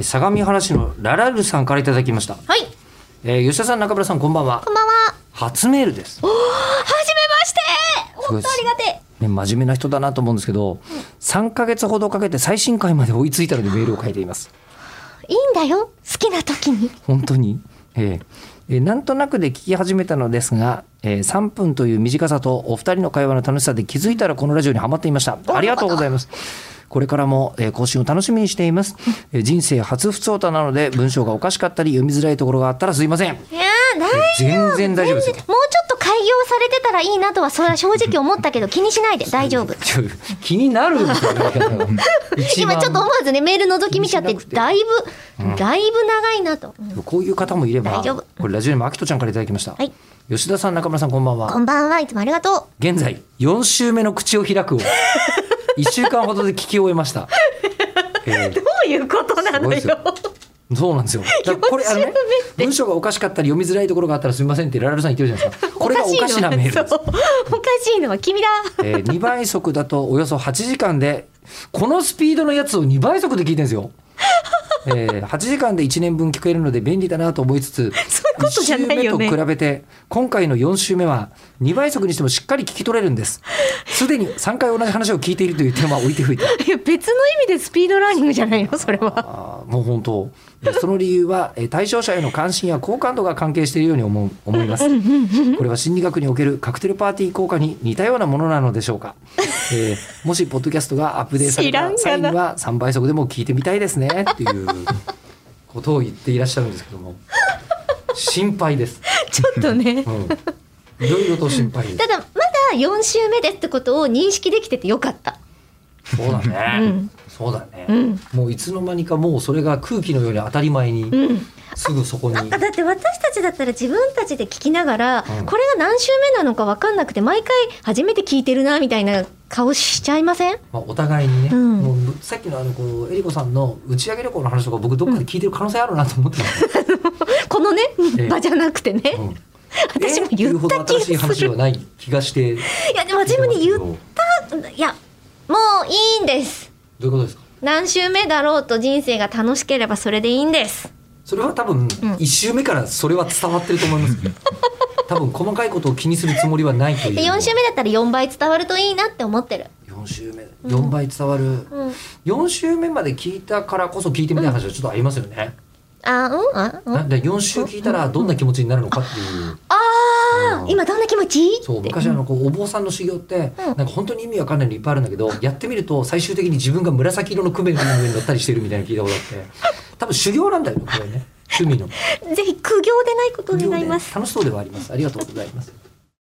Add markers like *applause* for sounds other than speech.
相模原市のララルさんからいただきました、はい。えー吉田さん中村さんこんばんはこんばんは。初メールですおお、はじめまして。ごい本で当すありがてね、真面目な人だなと思うんですけど、3ヶ月ほどかけて最新回まで追いついたのでメールを書いています。え。いいんだよ。好きな時に。本当に。えーえーなんとなくで聞き始めたのですが、えー3分という短さとお二人の会話の楽しさで気づいたらこのラジオにはまっていました。ありがとうございます。これからも、えー更新を楽しみにしています。えー人生初不相談なので文章がおかしかったり読みづらいところがあったらすいません。いやー、大丈全然大丈夫ですよ。夫。もうちょっと開業されてたらいいなとは、それは正直思ったけど、気にしないで大丈夫。ちょ気になるんですよね。一番今ちょっと思わずね、メール覗き見ちゃって、気にしなくてだいぶ、だいぶ長いなと。うんこういう方もいれば大丈夫、これラジオネームあきとちゃんからいただきました。はい吉田さん、中村さん、こんばんこは。んばんは、いつもありがと現在、4週目の口を *laughs* 開くを、1週間ほどで聞き終えました。えう。どういうことなすごいですよーそうなんですよ。だからこれ、あのね4週目っ、て文章がおかしかったり読みづらいところがあったらすみませんってララルさん言ってるじゃないですか。これがおかしなメールですお。かしいのはそうおかしいのは君だ。えー、2倍速だとおよそ8時間でこのスピードのやつを2倍速で聞いてるんですよ。えー、8時間で1年分聞けるので便利だなと思いつつそういうことじゃないよね1週目と比べて今回の4週目は2倍速にしてもしっかり聞き取れるんですすでに3回同じ話を聞いているという点は置いておいていや別の意味でスピードランニングじゃないよ、それは。あーもう本当でその理由はえー対象者への関心や好感度が関係しているように思う思いますこれは心理学におけるカクテルパーティー効果に似たようなものなのでしょうか、えーもしポッドキャストがアップデートされ知らんたがな際には3倍速でも聞いてみたいですねっていうことを言っていらっしゃるんですけども心配です、ちょっとねう。ん、いろいろと心配でただまだ4週目ですってことを認識できててよかったすそうだね、うんそうだね、うんもういつの間にかもうそれが空気のように当たり前にうんすぐそこにあだって私たちだったら自分たちで聞きながら、うんこれが何週目なのか分かんなくて毎回初めて聞いてるなみたいな顔しちゃいませんまあ、お互いにね、うんもうぶさっきのあのこうえりこさんの打ち上げ旅行の話とか僕どっかで聞いてる可能性あるなと思ってた、このねええ場じゃなくてね、うん *laughs* 私も言ほっどた気新しいがす話るはない気がしてどいやでも自分に言ったいやもういいんですういうことですか何週目だろうと人生が楽しければそれでいいんですそれは多分一周目からそれは伝わってると思 *laughs* います、多分細かいことを気にするつもりはないというで4週目だったら4倍伝わるといいなって思ってる4週目4倍伝わる、うん4週目まで聞いたからこそ聞いてみたい話はちょっとありますよね、あうんあうんなで4週聞いたらどんな気持ちになるのかっていう、うああ、ん今どんな気持ちそうって昔あのこうお坊さんの修行ってうんなんか本当に意味わかんないのいっぱいあるんだけどやってみると最終的に自分が紫色のクメの上に乗ったりしてるみたいなの聞いたことあって多分修行なんだよねこれね趣味の *laughs* ぜひ苦行でないことを修行願でいます。楽しそうではありますありがとうございます